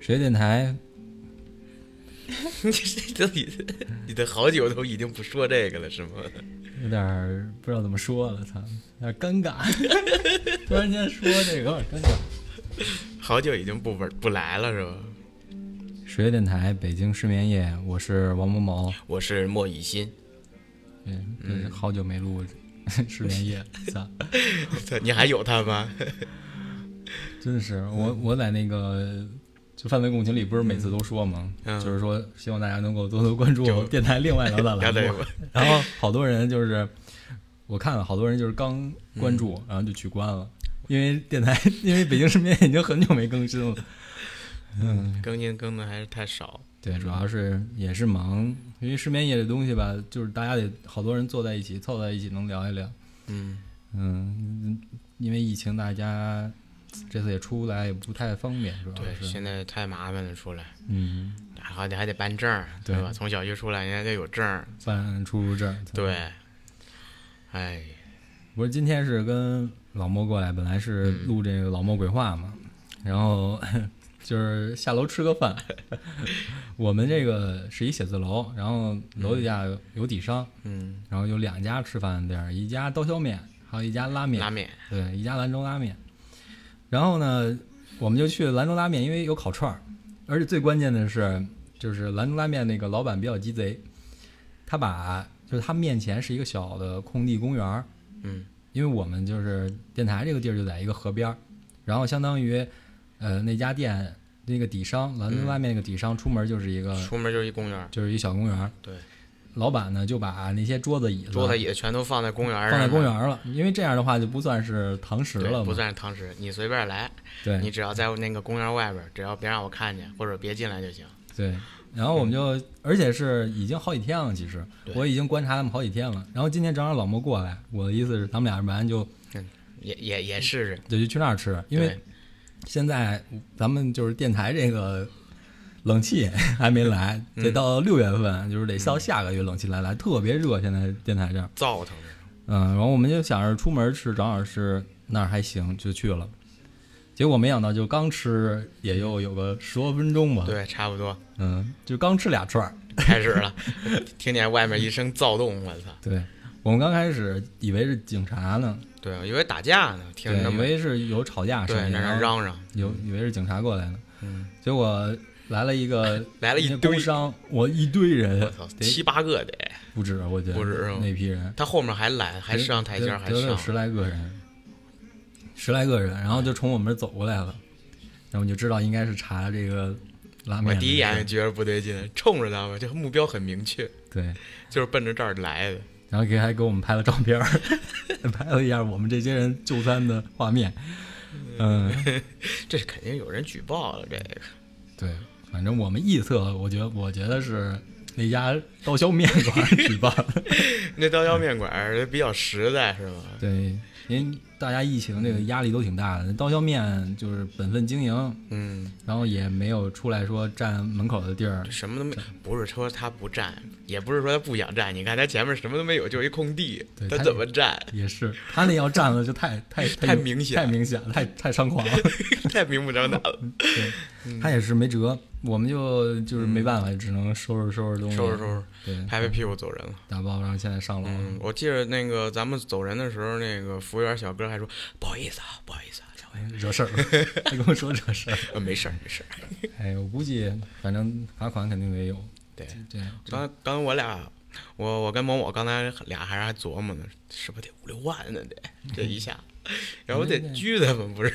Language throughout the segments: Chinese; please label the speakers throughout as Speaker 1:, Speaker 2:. Speaker 1: 水电台
Speaker 2: 你这都已经，你的好久都已经不说这个了是吗？
Speaker 1: 有点儿不知道怎么说了，操，有点尴尬。 突然间说这个有点尴尬。
Speaker 2: 好久已经不玩不来了是吧？
Speaker 1: 水电台北京失眠夜，我是王某某。
Speaker 2: 我是莫以欣，
Speaker 1: 嗯，嗯好久没 录失眠夜，操，
Speaker 2: 操 你还有他吗？
Speaker 1: 真的是我我在那个。就犯罪共情里不是每次都说吗？
Speaker 2: 嗯
Speaker 1: 就是说希望大家能够多多关注我们电台另外两档栏目
Speaker 2: 聊得有。
Speaker 1: 然后好多人就是，我看了好多人就是刚关注，然后就取关了，因为电台， 因为北京失眠已经很久没更新了。嗯，
Speaker 2: 更新更的还是太少。
Speaker 1: 对，主要是也是忙，因为失眠夜这东西吧，就是大家得好多人坐在一起，凑在一起能聊一聊。
Speaker 2: 嗯，
Speaker 1: 嗯，因为疫情，大家这次也出不来也不太方便，主
Speaker 2: 对，
Speaker 1: 要是
Speaker 2: 现在太麻烦了，出来
Speaker 1: 嗯，
Speaker 2: 还得还得办证儿，
Speaker 1: 对
Speaker 2: 对吧？从小区出来，人家得有证儿。
Speaker 1: 办出入证。
Speaker 2: 对，哎，
Speaker 1: 不是今天是跟老莫过来，本来是
Speaker 2: 嗯
Speaker 1: 录这个老莫鬼话嘛，然后 就是下楼吃个饭。 我们这个是一写字楼，然后楼底下有底商，
Speaker 2: 嗯，
Speaker 1: 然后有两家吃饭的地儿，一家刀削面，还有一家拉面，
Speaker 2: 拉面，
Speaker 1: 对，一家兰州拉面。然后呢，我们就去兰州拉面，因为有烤串儿，而且最关键的是，就是兰州拉面那个老板比较鸡贼，他把就是他面前是一个小的空地公园儿，
Speaker 2: 嗯，
Speaker 1: 因为我们就是电台这个地儿就在一个河边儿，然后相当于，呃，那家店那个底商，兰州拉面那个底商出门就是一个、
Speaker 2: 出门就是一公园儿，
Speaker 1: 就是一小公园儿，
Speaker 2: 对，
Speaker 1: 老板呢就把那些桌子椅子啊
Speaker 2: 桌子椅子全都放在公园儿
Speaker 1: 放
Speaker 2: 上
Speaker 1: 在
Speaker 2: 了，
Speaker 1: 公园儿了，因为这样的话就不算是堂食了
Speaker 2: 对，不
Speaker 1: 嘛，
Speaker 2: 算是堂食，你随便来，
Speaker 1: 对，
Speaker 2: 你只要在那个公园外边儿，只要别让我看见或者别进来就行。
Speaker 1: 对，然后我们就，而且是已经好几天了，其实
Speaker 2: 对
Speaker 1: 我已经观察他们好几天了。然后今天正好老莫过来，我的意思是，咱们俩要不然就
Speaker 2: 也也也试试，
Speaker 1: 就去那儿吃，因为
Speaker 2: 对
Speaker 1: 现在咱们就是电台这个冷气 还没来，
Speaker 2: 嗯
Speaker 1: 得到六月份，就是得到下个月冷气来来，特别热，现在电台这儿。
Speaker 2: 糟腾着。
Speaker 1: 嗯，然后我们就想着出门吃，正好是那儿还行，就去了。结果没想到，就刚吃也就有个十多分钟吧，
Speaker 2: 对，差不多
Speaker 1: 嗯，就刚吃俩串儿，
Speaker 2: 开始了， 听见外面一声躁动，我操！
Speaker 1: 对，我们刚开始以为是警察呢，
Speaker 2: 对，我以为打架呢，听
Speaker 1: 对，
Speaker 2: 着
Speaker 1: 以为是有吵架
Speaker 2: 对
Speaker 1: 声，音，
Speaker 2: 那
Speaker 1: 然
Speaker 2: 人
Speaker 1: 后
Speaker 2: 嚷嚷，
Speaker 1: 有以为是警察过来呢，
Speaker 2: 嗯，
Speaker 1: 结果来了一个
Speaker 2: 来了一
Speaker 1: 那
Speaker 2: 堆
Speaker 1: 工商，我一堆人
Speaker 2: 我 操，，七
Speaker 1: 得
Speaker 2: 八个得，
Speaker 1: 不止，我觉得
Speaker 2: 不止是吗
Speaker 1: 那批人，
Speaker 2: 他后面还来，还
Speaker 1: 得
Speaker 2: 上台阶
Speaker 1: 得
Speaker 2: 儿，还
Speaker 1: 得有
Speaker 2: 上，
Speaker 1: 十来个人，十来个人，然后就冲我们这儿走过来了，然后我就知道应该是查这个拉面
Speaker 2: 我
Speaker 1: 的事儿，
Speaker 2: 第一眼就觉得不对劲，冲着他们，这目标很明确，
Speaker 1: 对。
Speaker 2: 就是奔着这儿来的。
Speaker 1: 然后给还给我们拍了照片儿， 拍了一下我们这些人就餐的画面，嗯，
Speaker 2: 这肯定有人举报了，这个
Speaker 1: 对，反正我们臆测，我觉得我觉得是那家刀削面馆儿举办的。
Speaker 2: 那刀削面馆儿比较实在是吧？
Speaker 1: 对，因为大家疫情这个压力都挺大的，那刀削面就是本分经营，
Speaker 2: 嗯，
Speaker 1: 然后也没有出来说占门口的地儿。
Speaker 2: 什么都没，不是说他不站，也不是说他不想站，你看他前面什么都没有，就一空地
Speaker 1: 对，
Speaker 2: 他
Speaker 1: 他
Speaker 2: 怎么站？
Speaker 1: 也是，他那要占了就太太
Speaker 2: 太明显
Speaker 1: 太明显，太太猖狂了。
Speaker 2: 太明目张胆了。
Speaker 1: 对，
Speaker 2: 嗯
Speaker 1: 他也是没辙，我们就就是没办法，只能收拾收拾东西，
Speaker 2: 收拾收，拾，
Speaker 1: 对，
Speaker 2: 拍拍屁股走人了。
Speaker 1: 打包，然后现在上楼了。
Speaker 2: 嗯，我记得那个咱们走人的时候，那个服务员小哥还说不好意思啊，不好意思啊，小哥
Speaker 1: 哎惹事儿 了，他跟我说惹事儿。
Speaker 2: 呃，没事儿没事儿。
Speaker 1: 哎，我估计反正罚款肯定得有。
Speaker 2: 对，
Speaker 1: 对，
Speaker 2: 刚刚我俩，我我跟某某刚才俩还是还琢磨呢，是不是得五六万呢？得这一下，
Speaker 1: 嗯
Speaker 2: 然后得拘他们不是？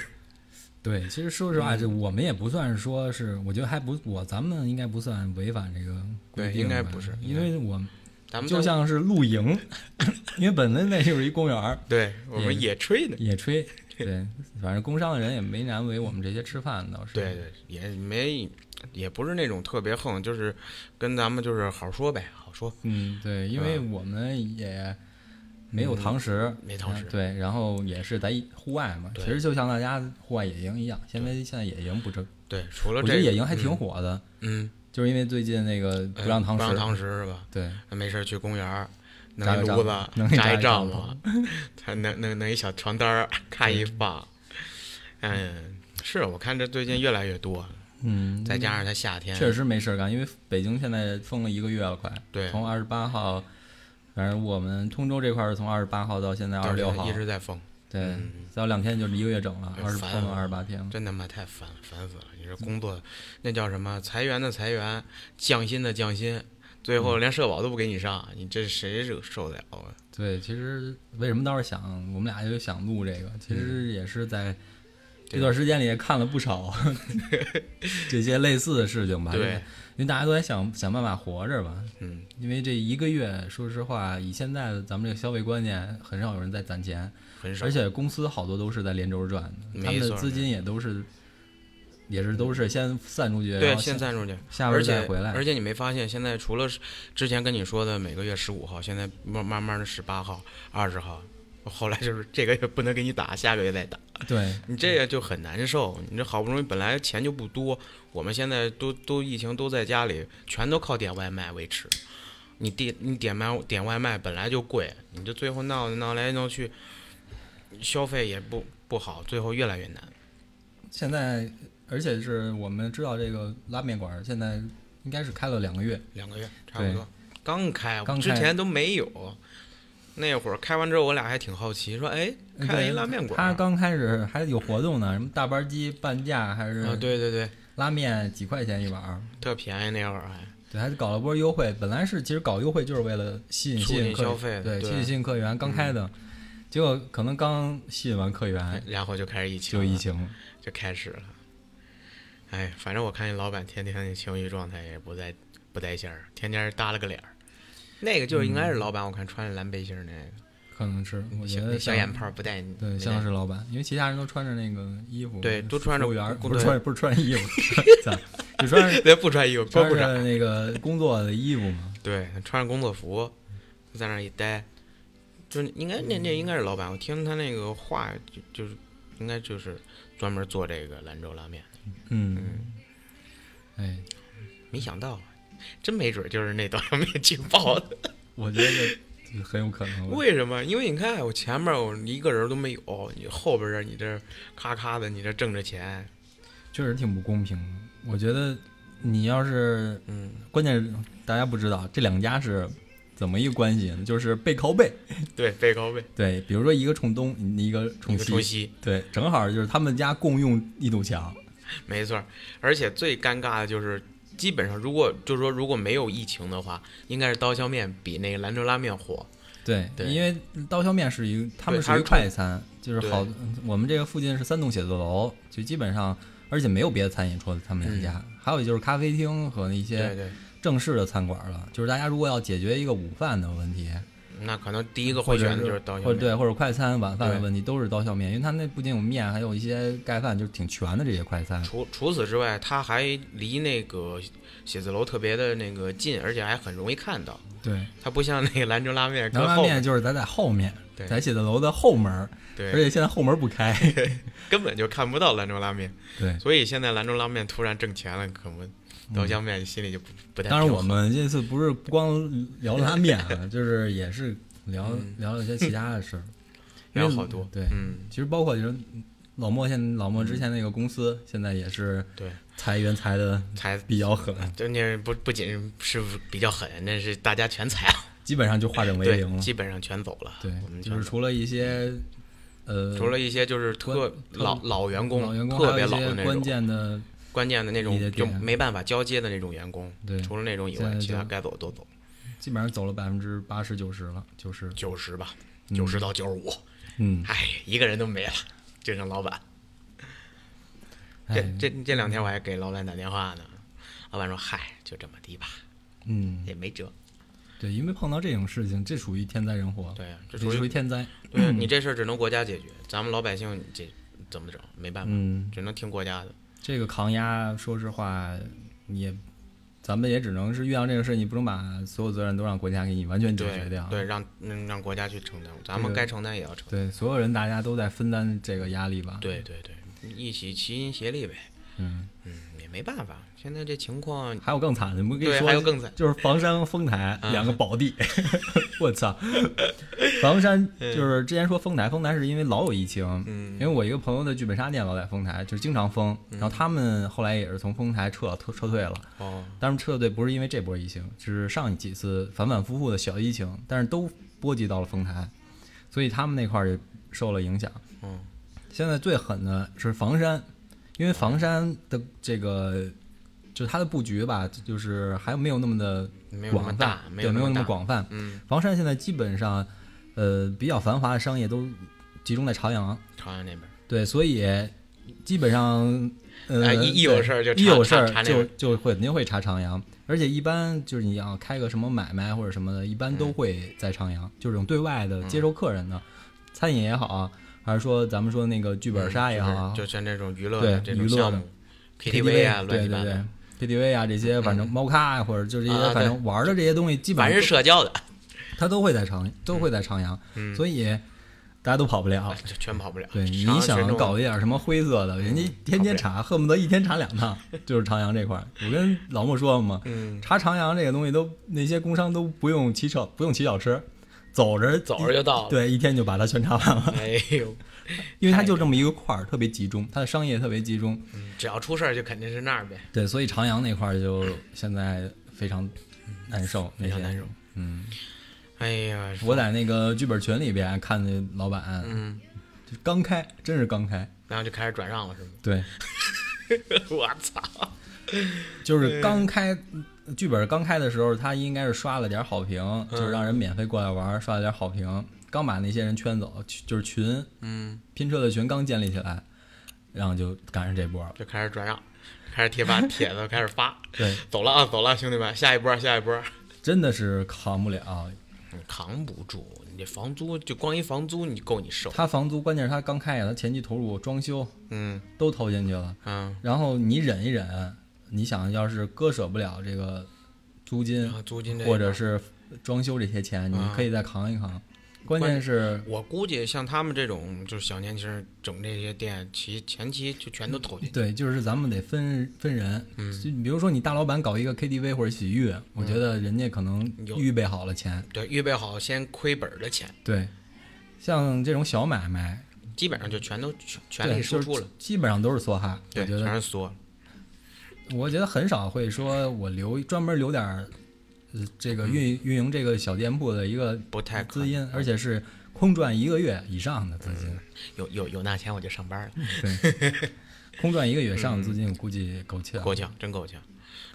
Speaker 1: 对，其实说实话，这我们也不算是说是，我觉得还不我咱们应该不算违反这个规
Speaker 2: 对
Speaker 1: 定
Speaker 2: 应该
Speaker 1: 吧
Speaker 2: 不是应
Speaker 1: 因
Speaker 2: 该
Speaker 1: 为我
Speaker 2: 咱们
Speaker 1: 就
Speaker 2: 在
Speaker 1: 像是露 营，因为本身那就是一公园儿，
Speaker 2: 对我们野炊呢，
Speaker 1: 野 炊，对，反正工商的人也没难为我们这些吃饭的，倒是
Speaker 2: 对对，也没也不是那种特别横，就是跟咱们就是好说呗，好说。
Speaker 1: 嗯对，因为我们也没有堂食，
Speaker 2: 嗯没堂食
Speaker 1: 啊对，然后也是在户外嘛，其
Speaker 2: 对
Speaker 1: 实就像大家户外野营一样，现在现在野营不正，
Speaker 2: 对，除了
Speaker 1: 我
Speaker 2: 这
Speaker 1: 觉得
Speaker 2: 个
Speaker 1: 野营还挺火的，
Speaker 2: 嗯，
Speaker 1: 就是因为最近那个
Speaker 2: 嗯
Speaker 1: 不让堂
Speaker 2: 不
Speaker 1: 食，
Speaker 2: 让堂食是吧？
Speaker 1: 对。
Speaker 2: 没事儿去公园儿，
Speaker 1: 扎
Speaker 2: 弄
Speaker 1: 个
Speaker 2: 一
Speaker 1: 帐
Speaker 2: 炉
Speaker 1: 篷
Speaker 2: 子
Speaker 1: 弄，一
Speaker 2: 扎
Speaker 1: 扎一
Speaker 2: 一帐
Speaker 1: 帐
Speaker 2: 篷， 还弄弄弄一小哎床单儿，看一放。嗯，是我看这最近越来越多了，
Speaker 1: 嗯，
Speaker 2: 再加上它夏天，
Speaker 1: 确实没事儿干，因为北京现在封了一个月了，快。
Speaker 2: 对
Speaker 1: 从二十八号，反正我们通州这块儿是从二十八号到现在二十六号
Speaker 2: 一，直在封，
Speaker 1: 对
Speaker 2: 嗯，
Speaker 1: 再有两天就是一个月整了，
Speaker 2: 哎
Speaker 1: 二十
Speaker 2: 烦
Speaker 1: 封了
Speaker 2: 啊
Speaker 1: 二十八天了。
Speaker 2: 真他妈太烦烦死了！你这工作，那叫什么？裁员的裁员，降薪的降薪，最
Speaker 1: 嗯
Speaker 2: 后连社保都不给你上，你这谁受受得了啊？
Speaker 1: 对，其实为什么当时想我们俩就想录这个，其
Speaker 2: 嗯
Speaker 1: 实也是在这段时间里也看了不 少 这些类似的事情吧。
Speaker 2: 对，
Speaker 1: 因为大家都在想想办法活着吧。
Speaker 2: 嗯，
Speaker 1: 因为这一个月，说实话，以现在的咱们这个消费观念，很少有人在攒钱，
Speaker 2: 很少
Speaker 1: 而。且公司好多都是在连轴转的，他
Speaker 2: 没
Speaker 1: 们
Speaker 2: 错
Speaker 1: 的资金也都是也是都是先散出去，然
Speaker 2: 对，
Speaker 1: 后
Speaker 2: 先散出去，
Speaker 1: 下边
Speaker 2: 而
Speaker 1: 儿再
Speaker 2: 且
Speaker 1: 回来。
Speaker 2: 而且你没发现，现在除了是之前跟你说的每个月十五号，现在慢慢慢的十八号、二十号，后来就是这个月不能给你打，下个月再打，
Speaker 1: 对，
Speaker 2: 你这个就很难受。你这好不容易本来钱就不多，我们现在都都疫情都在家里，全都靠点外卖维持。你点你点外点外卖本来就贵，你这最后闹闹来闹去，消费也不不好，最后越来越难。
Speaker 1: 现在，而且是我们知道这个拉面馆儿现在应该是开了两个月，
Speaker 2: 两个月差不多，刚开，
Speaker 1: 刚
Speaker 2: 我
Speaker 1: 开
Speaker 2: 之前都没有。那会儿开完之后，我俩还挺好奇，说：“哎，开了一拉面馆
Speaker 1: 他
Speaker 2: 儿。
Speaker 1: 刚开始还有活动呢，什么大班鸡半价，还
Speaker 2: 啊，
Speaker 1: 是
Speaker 2: 对对对，
Speaker 1: 拉面几块钱一碗儿，
Speaker 2: 特便宜那会儿还。
Speaker 1: 对，还搞了波优惠。本来是其实搞优惠就是为了吸引
Speaker 2: 促
Speaker 1: 吸
Speaker 2: 进
Speaker 1: 引客
Speaker 2: 消费
Speaker 1: 对，
Speaker 2: 对嗯
Speaker 1: 吸引吸引客源。刚开的，结果可能刚吸引完客源
Speaker 2: 然后就开始疫情
Speaker 1: 哎就疫
Speaker 2: 了，
Speaker 1: 情了，
Speaker 2: 就开始了。哎，反正我看见老板天天的情绪状态也不在不带劲儿，天天耷拉个脸儿。那个就是应该是老板，我看穿着蓝背心儿那个
Speaker 1: 可能是嗯我觉
Speaker 2: 小
Speaker 1: 得
Speaker 2: 那小
Speaker 1: 像
Speaker 2: 眼。泡儿不带，
Speaker 1: 对，
Speaker 2: 没
Speaker 1: 像
Speaker 2: 带
Speaker 1: 是老板，因为其他人都穿着那个衣服，
Speaker 2: 对都穿着
Speaker 1: 服务员儿
Speaker 2: 工
Speaker 1: 不是
Speaker 2: 对
Speaker 1: 穿不是穿衣服， 操就穿着
Speaker 2: 对不穿衣服，包
Speaker 1: 穿
Speaker 2: 不
Speaker 1: 着
Speaker 2: 着，
Speaker 1: 那个工作的衣服嘛，
Speaker 2: 对，穿着工作服，在那儿一待，就是应该那那应该是老板，我听他那个话就就是应该就是专门做这个兰州拉面，
Speaker 1: 嗯，哎，
Speaker 2: 没想到，啊真没准就是那 刀削面劲爆的。
Speaker 1: 我觉得很有可能。
Speaker 2: 为什么？因为你看我前面我一个人都没有，你后边儿你这咔咔的，你这挣着钱，
Speaker 1: 确实挺不公平的。我觉得你要是，
Speaker 2: 嗯，
Speaker 1: 关键是大家不知道这两家是怎么一个关系呢，就是背靠背。
Speaker 2: 对，背靠背，
Speaker 1: 对，比如说一个冲东，一个
Speaker 2: 一
Speaker 1: 冲
Speaker 2: 个
Speaker 1: 西，
Speaker 2: 冲西，
Speaker 1: 对，正好就是他们家共用一堵墙。
Speaker 2: 没错儿。而且最尴尬的就是。基本上，如果就是说，如果没有疫情的话，应该是刀削面比那个兰州拉面火。
Speaker 1: 对，
Speaker 2: 对
Speaker 1: 因为刀削面是一个，他们
Speaker 2: 对
Speaker 1: 属
Speaker 2: 它
Speaker 1: 于
Speaker 2: 是
Speaker 1: 快餐，就是
Speaker 2: 对
Speaker 1: 好，嗯我们这个附近是三栋写字楼，就基本上，而且没有别的餐饮除了他们两家，还有就是咖啡厅和一
Speaker 2: 嗯对
Speaker 1: 些
Speaker 2: 对，
Speaker 1: 正式的餐馆了。就是大家如果要解决一个午饭的问题，
Speaker 2: 那可能第一个
Speaker 1: 或
Speaker 2: 会
Speaker 1: 者
Speaker 2: 选的就是刀削
Speaker 1: 或者
Speaker 2: 面，
Speaker 1: 对，或者快餐晚饭的
Speaker 2: 对
Speaker 1: 问题都是刀削面，因为它那不仅有面，还有一些盖饭，就是挺全的这些快餐。
Speaker 2: 除除此之外，它还离那个写字楼特别的那个近，而且还很容易看到。
Speaker 1: 对，
Speaker 2: 它不像那个兰州拉面
Speaker 1: 南
Speaker 2: 跟
Speaker 1: 拉
Speaker 2: 后
Speaker 1: 面就是咱在后面，
Speaker 2: 对
Speaker 1: 在写字楼的后门儿，而
Speaker 2: 对，
Speaker 1: 且现在后门不开。
Speaker 2: 根本就看不到兰州拉面。
Speaker 1: 对，
Speaker 2: 所以现在兰州拉面突然挣钱了，可能刀削面心里就不不太平衡。
Speaker 1: 当然我们这次不是不光聊拉面 啊，就是也是聊
Speaker 2: 嗯
Speaker 1: 聊了一些其他的事儿，因为
Speaker 2: 有好多
Speaker 1: 对，
Speaker 2: 嗯，
Speaker 1: 其实包括就是老莫现老莫之前那个公
Speaker 2: 嗯
Speaker 1: 司，现在也是
Speaker 2: 对，
Speaker 1: 裁员裁的
Speaker 2: 才
Speaker 1: 比较狠，
Speaker 2: 就那不不仅是比较狠，那是大家全裁了，
Speaker 1: 基本上就化整为
Speaker 2: 对
Speaker 1: 零，了。
Speaker 2: 基本上全走了。
Speaker 1: 对
Speaker 2: 我们，
Speaker 1: 就
Speaker 2: 全
Speaker 1: 是
Speaker 2: 走
Speaker 1: 除了一些呃
Speaker 2: 除了一些就是特
Speaker 1: 特
Speaker 2: 老老员工
Speaker 1: 老员工，
Speaker 2: 特
Speaker 1: 还
Speaker 2: 别
Speaker 1: 有一
Speaker 2: 老的
Speaker 1: 些
Speaker 2: 那
Speaker 1: 关
Speaker 2: 种。
Speaker 1: 键的，
Speaker 2: 关键的那
Speaker 1: 你的
Speaker 2: 种就
Speaker 1: 点
Speaker 2: 没办法交接的那种员工，
Speaker 1: 啊对
Speaker 2: 除了那种以
Speaker 1: 现
Speaker 2: 外，
Speaker 1: 在
Speaker 2: 其他
Speaker 1: 就
Speaker 2: 该走都走，
Speaker 1: 基本上走了百分之八十九十了，就是
Speaker 2: 九十吧，九十到九十五，
Speaker 1: 嗯，
Speaker 2: 哎，一个人都没了，就剩老板。这
Speaker 1: 哎，
Speaker 2: 这这两天我还给老板打电话呢，老板说：“嗨，就这么低吧，
Speaker 1: 嗯，
Speaker 2: 也没辙。
Speaker 1: 对，因为碰到这种事情，这属于天灾人祸，
Speaker 2: 对啊，这
Speaker 1: 这
Speaker 2: 属
Speaker 1: 属于
Speaker 2: 于
Speaker 1: 天灾，
Speaker 2: 对啊你这事儿只能国家解决，咱们老百姓这怎么整？没办法，
Speaker 1: 嗯，
Speaker 2: 只能听国家的。
Speaker 1: 这个抗压，说实话也。咱们也只能是遇到这个事，你不能把所有责任都让国家给你完全解决
Speaker 2: 对
Speaker 1: 掉。
Speaker 2: 对，让嗯让国家去承担，咱
Speaker 1: 这
Speaker 2: 们
Speaker 1: 个
Speaker 2: 该承担也要承担。
Speaker 1: 啊对所有人大家都在分担这个压力吧。
Speaker 2: 对对对，一起齐心协力呗。
Speaker 1: 嗯，
Speaker 2: 嗯，也也没办法，现在这情况，
Speaker 1: 还有更惨的，我跟你
Speaker 2: 对，
Speaker 1: 说，
Speaker 2: 还有更惨，
Speaker 1: 就是房山和丰台
Speaker 2: 啊
Speaker 1: 两个宝地， 我操！房山就是之前说丰台，丰台是因为老有疫情，因
Speaker 2: 嗯
Speaker 1: 为我一个朋友的剧本杀店老在丰台，就是经常封，然后他们后来也是从丰台撤撤撤退了，
Speaker 2: 哦，
Speaker 1: 当然撤退不是因为这波疫情，是上几次反反复复的小疫情，但是都波及到了丰台，所以他们那块儿也受了影响。
Speaker 2: 嗯，
Speaker 1: 现在最狠的是房山，因为房山的这个就是它的布局吧，就是还没有那么的
Speaker 2: 没有那么
Speaker 1: 广泛
Speaker 2: 大，，
Speaker 1: 对，
Speaker 2: 有
Speaker 1: 没有
Speaker 2: 么
Speaker 1: 那
Speaker 2: 大
Speaker 1: 么，广泛。
Speaker 2: 嗯，
Speaker 1: 房山现在基本上，呃，比较繁华的商业都集中在朝阳，
Speaker 2: 朝阳那边，
Speaker 1: 对，所以基本上，呃，
Speaker 2: 哎一一有事儿就
Speaker 1: 一
Speaker 2: 查
Speaker 1: 有事
Speaker 2: 查
Speaker 1: 儿
Speaker 2: 查那
Speaker 1: 就
Speaker 2: 边
Speaker 1: 就会肯定会查朝阳，而且一般就是你要开个什么买卖或者什么的，一般
Speaker 2: 嗯
Speaker 1: 都会在朝阳，就是这种对外的接受客人的，餐饮也好啊，还是说咱们说那个剧
Speaker 2: 剧
Speaker 1: 本杀也好啊，
Speaker 2: 嗯就像这种娱乐
Speaker 1: 对
Speaker 2: 的这种
Speaker 1: 娱乐
Speaker 2: 项
Speaker 1: 的
Speaker 2: 目
Speaker 1: KTV
Speaker 2: 啊，乱
Speaker 1: 对
Speaker 2: 七八
Speaker 1: 对
Speaker 2: 糟，嗯
Speaker 1: 对。KTV 啊，这些反正猫咖啊，或者就这
Speaker 2: 啊
Speaker 1: 些，
Speaker 2: 对
Speaker 1: 反正玩的这些东西，基本
Speaker 2: 凡
Speaker 1: 上
Speaker 2: 是社交的，
Speaker 1: 它都会在朝都会在朝阳，
Speaker 2: 嗯
Speaker 1: 所以大家都跑不了
Speaker 2: 啊。这全跑不了。
Speaker 1: 对，你
Speaker 2: 朝阳群
Speaker 1: 想
Speaker 2: 众
Speaker 1: 搞一点什么灰色的，人家
Speaker 2: 嗯
Speaker 1: 天天查，恨不得一天查两 趟，就是朝阳这块儿。我跟老莫说嘛，
Speaker 2: 嗯，
Speaker 1: 查朝阳这个东西都那些工商都不用骑车，不用骑小车，走着
Speaker 2: 走着就到了。
Speaker 1: 对，一天就把它全查完了，
Speaker 2: 哎呦，
Speaker 1: 因为它就这么一个块儿，特别集中，它的商业特别集中。
Speaker 2: 嗯只要出事儿就肯定是那儿呗，
Speaker 1: 对，所以朝阳那块儿就现在非常难受，那
Speaker 2: 非常难
Speaker 1: 些。
Speaker 2: 受。
Speaker 1: 嗯，
Speaker 2: 哎呀，
Speaker 1: 我在那个剧本群里边看那老板，
Speaker 2: 嗯，
Speaker 1: 就刚开，真是刚开，
Speaker 2: 然后就开始转让了是吗？
Speaker 1: 对，
Speaker 2: 我操！
Speaker 1: 就是刚开剧本刚开的时候，他应该是刷了点好评，就是让人免费过来玩，刷了点好评，刚把那些人圈走，群就是群
Speaker 2: 嗯，
Speaker 1: 拼车的群刚建立起来，然后就赶上这波了。
Speaker 2: 就开始转让，开始贴吧帖子开始发，
Speaker 1: 对，
Speaker 2: 走了啊，走了，兄弟们，下一波，下一波。
Speaker 1: 真的是扛不了。
Speaker 2: 你嗯扛不住，你这房租就光一房租你够你受。
Speaker 1: 他房租，关键是他刚开呀，他前期投入装修
Speaker 2: 嗯
Speaker 1: 都投进去了，
Speaker 2: 啊，
Speaker 1: 然后你忍一忍，你想要是割舍不了这个租金
Speaker 2: 然后租金这一
Speaker 1: 或者
Speaker 2: 块
Speaker 1: 是装修这些钱，你
Speaker 2: 啊
Speaker 1: 可以再扛一扛。关键是
Speaker 2: 我估计像他们这种就是小年轻儿整这些店，其前期就全都投进去。
Speaker 1: 对，就是咱们得分分人，
Speaker 2: 嗯
Speaker 1: 就比如说你大老板搞一个 KTV 或者洗浴，我觉得人家可能
Speaker 2: 有
Speaker 1: 预备好了钱，
Speaker 2: 对，预备好先亏本儿的钱，
Speaker 1: 对，像这种小买卖，
Speaker 2: 基本上就全都全全
Speaker 1: 对，
Speaker 2: 力输
Speaker 1: 就是
Speaker 2: 出了，
Speaker 1: 基本上都是梭哈，我
Speaker 2: 对，
Speaker 1: 觉得
Speaker 2: 全是缩。
Speaker 1: 我觉得很少会说我留专门留点儿，呃，这
Speaker 2: 嗯
Speaker 1: 个运运营这个小店铺的一个
Speaker 2: 不太可
Speaker 1: 资金，而且是空转一个月以上的资
Speaker 2: 嗯
Speaker 1: 金，
Speaker 2: 有有有那钱我就上班了，
Speaker 1: 对，空转一个月以
Speaker 2: 嗯
Speaker 1: 上的资金，我估计够呛，
Speaker 2: 够呛，真够呛。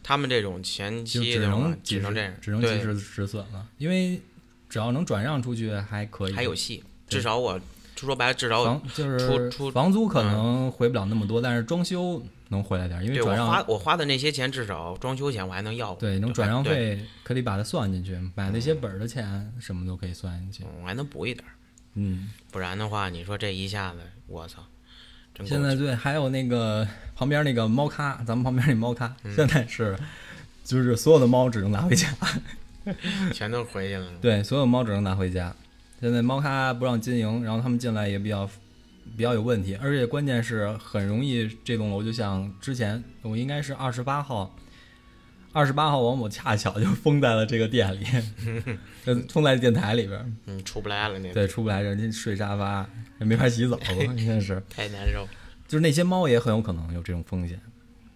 Speaker 2: 他们这种前
Speaker 1: 就
Speaker 2: 期
Speaker 1: 只
Speaker 2: 的话
Speaker 1: 能及
Speaker 2: 只能
Speaker 1: 时
Speaker 2: 这样，
Speaker 1: 只能及
Speaker 2: 对，
Speaker 1: 时止损了，因为只要能转让出去还可以，
Speaker 2: 还有戏。至少我说白了，至少我
Speaker 1: 房就
Speaker 2: 出
Speaker 1: 是
Speaker 2: 出嗯
Speaker 1: 房租可能回不了那么多，但是装修能回来点儿，因为
Speaker 2: 对我
Speaker 1: 转让
Speaker 2: 花我花的那些钱，至少装修钱我还能要，
Speaker 1: 对能转让
Speaker 2: 对
Speaker 1: 费可以把它算进去，买那些本儿的钱什么都可以算进去，
Speaker 2: 嗯我还能补一点儿。
Speaker 1: 嗯。
Speaker 2: 不然的话，你说这一下子，我操，真够
Speaker 1: 嗯现在对，还有那个旁边那个猫咖，咱们旁边那猫咖，
Speaker 2: 嗯
Speaker 1: 现在是就是所有的猫只能拿回家，
Speaker 2: 呛全都回去了。
Speaker 1: 对，所有猫只能拿回家。现在猫咖不让经营，然后他们进来也比较比较有问题，而且关键是很容易这栋楼就像之前我应该是二十八号，二十八号王某恰巧就封在了这个店里， 就封在电台里边儿，
Speaker 2: 嗯，出不来了，那
Speaker 1: 对，出不来，人家睡沙发也没法洗澡，真的是。
Speaker 2: 太难受。
Speaker 1: 就是那些猫也很有可能有这种风险。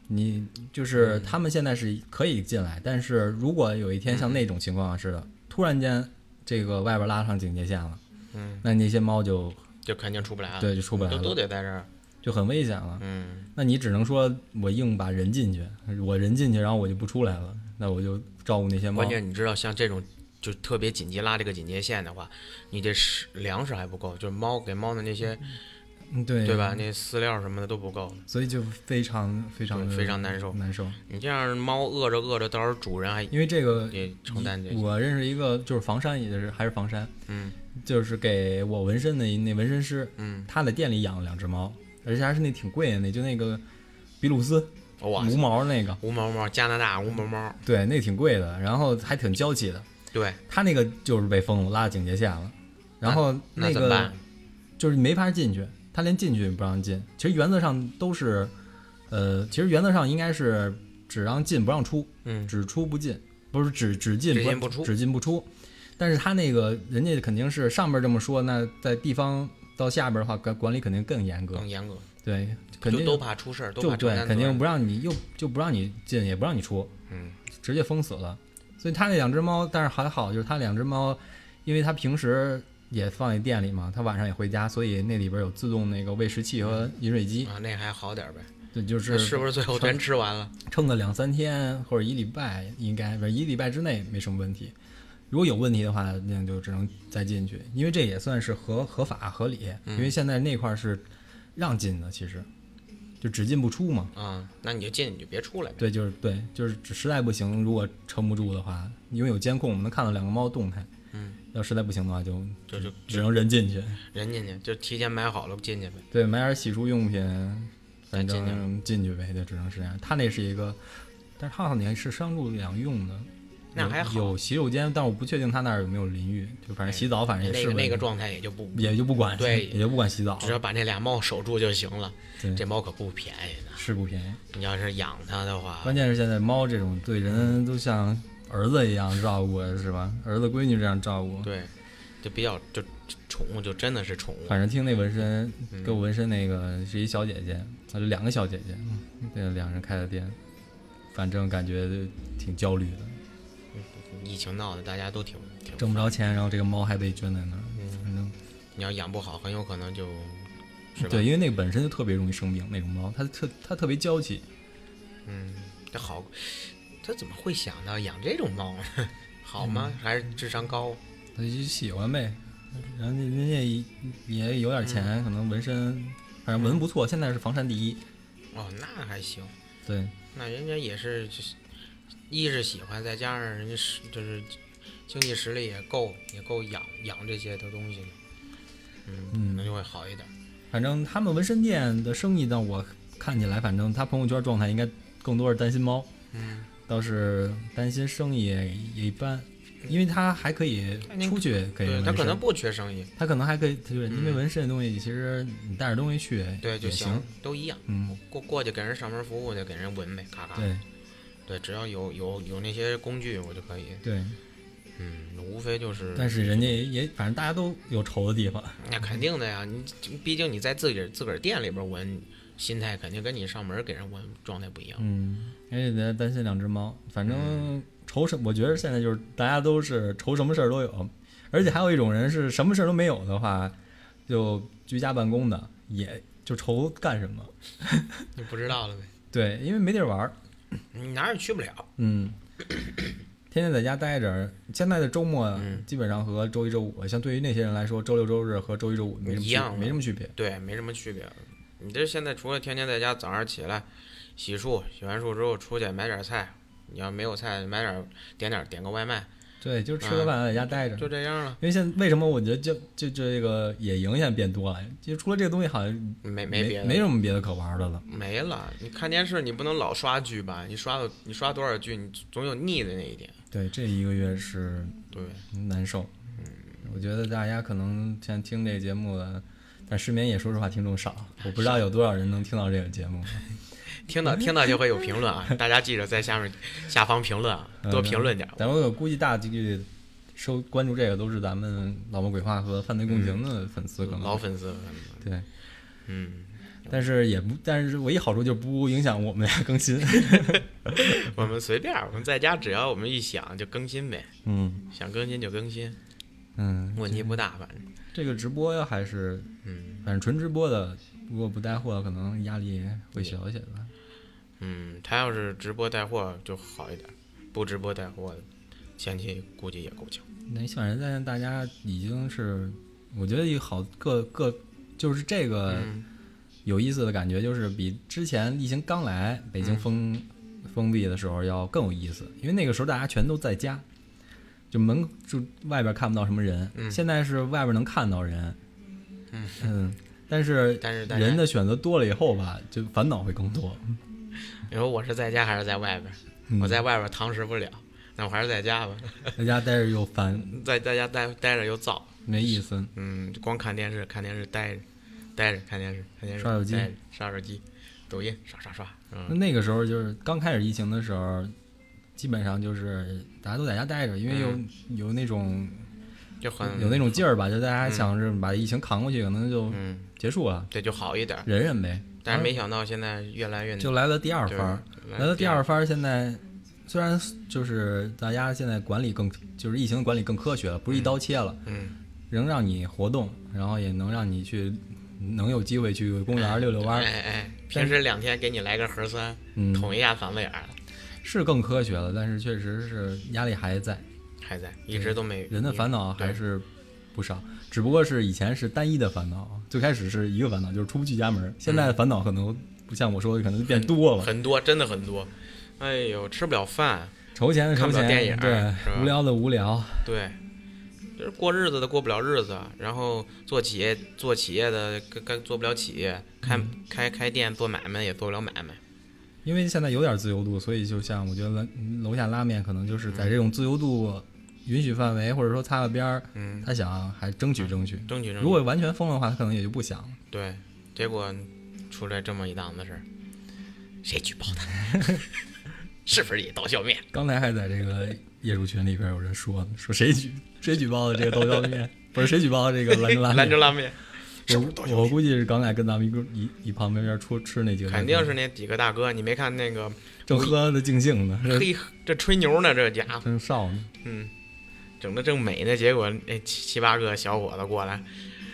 Speaker 1: 你
Speaker 2: 嗯
Speaker 1: 就是他们现在是可以进来，但是如果有一天像那种情况似的，突然间这个外边拉上警戒线了，
Speaker 2: 嗯，
Speaker 1: 那那些猫就
Speaker 2: 就肯定出不来了，
Speaker 1: 对就出不来
Speaker 2: 都
Speaker 1: 了
Speaker 2: 都得在这儿。
Speaker 1: 就很危险了。
Speaker 2: 嗯，
Speaker 1: 那你只能说我硬把人进去，我人进去，然后我就不出来了，那我就照顾那些猫
Speaker 2: 关。键你知道，像这种就特别紧急拉这个警戒线的话，你这食粮食还不够，就是猫给猫的那些，
Speaker 1: 嗯对
Speaker 2: 对吧？？那饲料什么的都不够，
Speaker 1: 所以就非常非常
Speaker 2: 对非常难受
Speaker 1: 难受，
Speaker 2: 你这样猫饿着饿着，到时候主人还
Speaker 1: 因为这个
Speaker 2: 得承担这。
Speaker 1: 我认识一个就是房山，也是还是房山，
Speaker 2: 嗯
Speaker 1: 就是给我纹身的一那纹身师，
Speaker 2: 嗯，
Speaker 1: 他在店里养了两只猫，而且还是那挺贵的那，就那个比鲁斯
Speaker 2: 哇塞，
Speaker 1: 无毛那个，
Speaker 2: 无毛猫，加拿大无毛猫，
Speaker 1: 对，那挺贵的，然后还挺娇气的。
Speaker 2: 对，
Speaker 1: 他那个就是被封了，拉警戒线了，然后
Speaker 2: 那怎么
Speaker 1: 个
Speaker 2: 办？
Speaker 1: 就是没法进去，他连进去也不让进。其实原则上都是呃，其实原则上应该是只让进不让出，
Speaker 2: 嗯，
Speaker 1: 只出不进，不是只只进
Speaker 2: 只进
Speaker 1: 不
Speaker 2: 不出
Speaker 1: 只进不出。但是他那个人家肯定是上边这么说，那在地方到下边的话，管管理肯定更严格
Speaker 2: 更，严格，
Speaker 1: 对，肯
Speaker 2: 嗯就
Speaker 1: 定
Speaker 2: 都怕出事儿，都
Speaker 1: 就
Speaker 2: 怕承
Speaker 1: 对，
Speaker 2: 担
Speaker 1: 肯
Speaker 2: 责
Speaker 1: 定
Speaker 2: 任
Speaker 1: 不让你又就不让你进，也不让你出，
Speaker 2: 嗯，
Speaker 1: 直接封死了。所以他那两只猫，但是还好，就是他两只猫，因为他平时也放在店里嘛，他晚上也回家，所以那里边有自动那个喂食器和饮水机，
Speaker 2: 啊，那还好点儿呗。
Speaker 1: 对，就
Speaker 2: 那
Speaker 1: 是
Speaker 2: 呃是不是最后全吃完了？
Speaker 1: 撑个两三天或者一礼拜，应该不是一礼拜之内没什么问题。如果有问题的话，那就只能再进去，因为这也算是合合法合理，
Speaker 2: 嗯
Speaker 1: 因为现在那块儿是让进的，其实就只进不出嘛。
Speaker 2: 啊，那你就进，你就别出来呗。
Speaker 1: 对，就是对，就是只实在不行，如果撑不住的话，因为有监控，我们能看到两个猫动态。
Speaker 2: 嗯，
Speaker 1: 要实在不行的话，就
Speaker 2: 就就
Speaker 1: 只能人进去。
Speaker 2: 人进去就提前买好了进去呗。
Speaker 1: 对，买点洗漱用品，
Speaker 2: 再
Speaker 1: 反
Speaker 2: 进去
Speaker 1: 正进去呗，就只能是这样。他那是一个，但是他好像也是商住两用的，
Speaker 2: 那
Speaker 1: 有
Speaker 2: 还好哎
Speaker 1: 有洗手间，但我不确定他那儿有没有淋浴，就反正洗澡，反正也
Speaker 2: 那
Speaker 1: 是
Speaker 2: 个
Speaker 1: 问
Speaker 2: 那
Speaker 1: 题
Speaker 2: 个状态也就不，
Speaker 1: 也就不管，
Speaker 2: 对
Speaker 1: 也就不管洗澡
Speaker 2: 只，要把那俩猫守住就行了。
Speaker 1: 对
Speaker 2: 这猫可不便宜呢，
Speaker 1: 是不便宜。
Speaker 2: 你要是养它的话，
Speaker 1: 关键是现在猫这种对人都像儿子一样照顾，是吧？儿子闺女这样照顾，
Speaker 2: 对，就比较就就宠物就真的是宠物，
Speaker 1: 反正听那纹身，给我纹身那个是一小姐姐，她是两个小姐姐，那两人开的店，反正感觉就挺焦虑的，
Speaker 2: 疫情闹的大家都挺挺。嗯
Speaker 1: 挣不着钱，然后这个猫还被圈在那儿，反正
Speaker 2: 你要养不好，很有可能就，是吧？
Speaker 1: 对，因为那个本身就特别容易生病，那种猫它特它特别娇气，
Speaker 2: 嗯，这好，他怎么会想到养这种猫呢？ 好吗？
Speaker 1: 嗯
Speaker 2: 还是智商高？
Speaker 1: 它就喜欢呗，然后人家也有点钱，可能纹身，反正纹不错，现在是房山第一，
Speaker 2: 哦，那还行，
Speaker 1: 对，
Speaker 2: 那人家也是就是，一是喜欢，再加上人家是就是经济实力也够，也够养养这些的东西的，嗯，
Speaker 1: 嗯
Speaker 2: 可能就会好一点。
Speaker 1: 反正他们纹身店的生意，让我看起来，反正他朋友圈状态应该更多是担心猫。
Speaker 2: 嗯，
Speaker 1: 倒是担心生意也一般，因为他还可以出去给
Speaker 2: 嗯哎对
Speaker 1: 纹
Speaker 2: 他
Speaker 1: 身，
Speaker 2: 可能不缺生意，
Speaker 1: 他可能还可以，就是因为
Speaker 2: 嗯
Speaker 1: 纹身的东西，其实你带着东西去
Speaker 2: 对就
Speaker 1: 也
Speaker 2: 行
Speaker 1: 行，，
Speaker 2: 都一样。
Speaker 1: 嗯，
Speaker 2: 过过去给人上门服务去，给人纹呗，咔咔。
Speaker 1: 对
Speaker 2: 对，只要有有有那些工具，我就可以。
Speaker 1: 对，
Speaker 2: 嗯，无非就是。
Speaker 1: 但是人家也反正大家都有愁的地方，
Speaker 2: 那肯定的呀，你毕竟你在自己儿自个儿店里边儿闻，心态肯定跟你上门儿给人闻状态不一样。
Speaker 1: 嗯，而且在担心两只猫，反
Speaker 2: 嗯
Speaker 1: 正愁什，我觉得现在就是大家都是愁什么事儿都有，而且还有一种人是什么事儿都没有的话，就居家办公的，也就愁干什么，
Speaker 2: 你不知道了呗？
Speaker 1: 对，因为没地儿玩儿，
Speaker 2: 你哪儿也去不了。
Speaker 1: 嗯，天天在家待着，现在的周末
Speaker 2: 嗯
Speaker 1: 基本上和周一周五，像对于那些人来说，周六周日和周一周五没什么
Speaker 2: 一
Speaker 1: 区
Speaker 2: 样的
Speaker 1: 没什么区别。
Speaker 2: 对，没什么区别。你这现在除了天天在家早上起来洗漱，洗完漱之后出去买点菜，你要没有菜买点儿点点儿点个外卖，
Speaker 1: 对，就是吃个饭在家待着。
Speaker 2: 就这样了，
Speaker 1: 因为现在为什么我觉得就就这个野营现在变多了，就除了这个东西好像
Speaker 2: 没
Speaker 1: 没
Speaker 2: 别的，
Speaker 1: 没什么别的可玩的了。
Speaker 2: 没了。你看电视，你不能老刷剧吧？你刷到你刷多少剧，你总有腻的那一点。
Speaker 1: 对，这一个月是
Speaker 2: 对，
Speaker 1: 难受。
Speaker 2: 嗯
Speaker 1: 我觉得大家可能现在听这个节目了，但失眠也说实话听众少，我不知道有多少人能听到这个节目。
Speaker 2: 听到听到就会有评论啊， 大家记着在下面下方评论啊，
Speaker 1: 嗯
Speaker 2: 多评论点儿。
Speaker 1: 咱们我估计大几率收关注这个都是咱们老谋鬼话和犯罪共情的嗯粉丝，可能、
Speaker 2: 老粉丝了，
Speaker 1: 对，
Speaker 2: 嗯，
Speaker 1: 但是也不，但是唯一好处就是不影响我们俩更新。
Speaker 2: 我们随便儿，我们在家只要我们一想就更新呗，
Speaker 1: 嗯
Speaker 2: 想更新就更新，
Speaker 1: 嗯，
Speaker 2: 问题不大，反正，
Speaker 1: 这个直播还是
Speaker 2: 嗯
Speaker 1: 反正纯直播的，如果不带货，可能压力会小一些吧。
Speaker 2: 嗯，他要是直播带货就好一点，不直播带货，前期估计也够呛。
Speaker 1: 那你想人现在大家已经是，我觉得一个好各各就是这个。
Speaker 2: 嗯，
Speaker 1: 有意思的感觉就是比之前疫情刚来北
Speaker 2: 嗯
Speaker 1: 京封、封闭的时候要更有意思，因为那个时候大家全都在家，就门就外边看不到什么人。
Speaker 2: 嗯
Speaker 1: 现在是外边能看到人，
Speaker 2: 嗯
Speaker 1: 但是
Speaker 2: 但是大家
Speaker 1: 人的选择多了以后吧，就烦恼会更多。
Speaker 2: 你说我是在家还是在外边儿？
Speaker 1: 嗯
Speaker 2: 我在外边儿堂食不了，那我还是在家吧，
Speaker 1: 在家待着又烦，
Speaker 2: 在在家待待着又燥，
Speaker 1: 没意思。
Speaker 2: 嗯，光看电视，看电视待着，待着看电视，看电视，
Speaker 1: 刷手机
Speaker 2: 待着，刷手机，抖音刷刷刷，
Speaker 1: 那
Speaker 2: 嗯，
Speaker 1: 那个时候就是刚开始疫情的时候，基本上就是大家都在家待着，因为有、
Speaker 2: 嗯
Speaker 1: 有那种
Speaker 2: 就很
Speaker 1: 有那种劲儿吧，就大家想着把疫情扛过去，可能就
Speaker 2: 嗯，
Speaker 1: 结束了，
Speaker 2: 对，就好一点。
Speaker 1: 忍忍呗。
Speaker 2: 但是没想到现在越来越
Speaker 1: 就来了第二番儿，
Speaker 2: 嗯对
Speaker 1: 来了第二番儿，现在虽然就是大家现在管理更就是疫情管理更科学了，不是一刀切了，
Speaker 2: 嗯，
Speaker 1: 能让你活动，然后也能让你去能有机会去公园儿遛遛弯
Speaker 2: 哎
Speaker 1: 儿，
Speaker 2: 哎，平时两天给你来个核酸，
Speaker 1: 嗯，
Speaker 2: 捅一下嗓子眼儿，
Speaker 1: 是更科学了，但是确实是压力还在。
Speaker 2: 还在，一直都没
Speaker 1: 人的烦恼还是不少，只不过是以前是单一的烦恼，最开始是一个烦恼，就是出不去家门
Speaker 2: 嗯
Speaker 1: 儿。现在的烦恼可能不像我说的，可能变多了。
Speaker 2: 很多，真的很多。哎呦，吃不了饭，
Speaker 1: 筹钱的筹
Speaker 2: 看不了
Speaker 1: 钱，
Speaker 2: 电影
Speaker 1: 对
Speaker 2: 是吧，
Speaker 1: 无聊的无聊，
Speaker 2: 对，就是过日子的过不了日子，然后做企业做企业的该该做不了企业，开
Speaker 1: 嗯
Speaker 2: 开开店做买卖也做不了买卖。
Speaker 1: 因为现在有点自由度，所以就像我觉得楼楼下拉面可能就是在这种自由度允许范围，或者说擦个边儿，
Speaker 2: 嗯，
Speaker 1: 他想还争取争取。
Speaker 2: 争取争取。
Speaker 1: 如果完全封的话，他可能也就不想了。
Speaker 2: 对，结果出来这么一档子事儿，谁举报他？ 是不是也刀削面？
Speaker 1: 刚才还在这个业主群里边有人说呢，说谁举 谁举报的这个豆浆面，不是谁举报的这个 兰州拉面
Speaker 2: 兰州。拉面是不是刀削
Speaker 1: 我我估计是刚才跟咱们一个一一旁边边出吃那几个，
Speaker 2: 肯定是那几个大哥，你没看那个？
Speaker 1: 正喝的尽兴呢， 这
Speaker 2: 嘿，这吹牛呢，这家伙，
Speaker 1: 正少呢。
Speaker 2: 嗯，整的正美呢，结果那七哎七八个小伙子过来，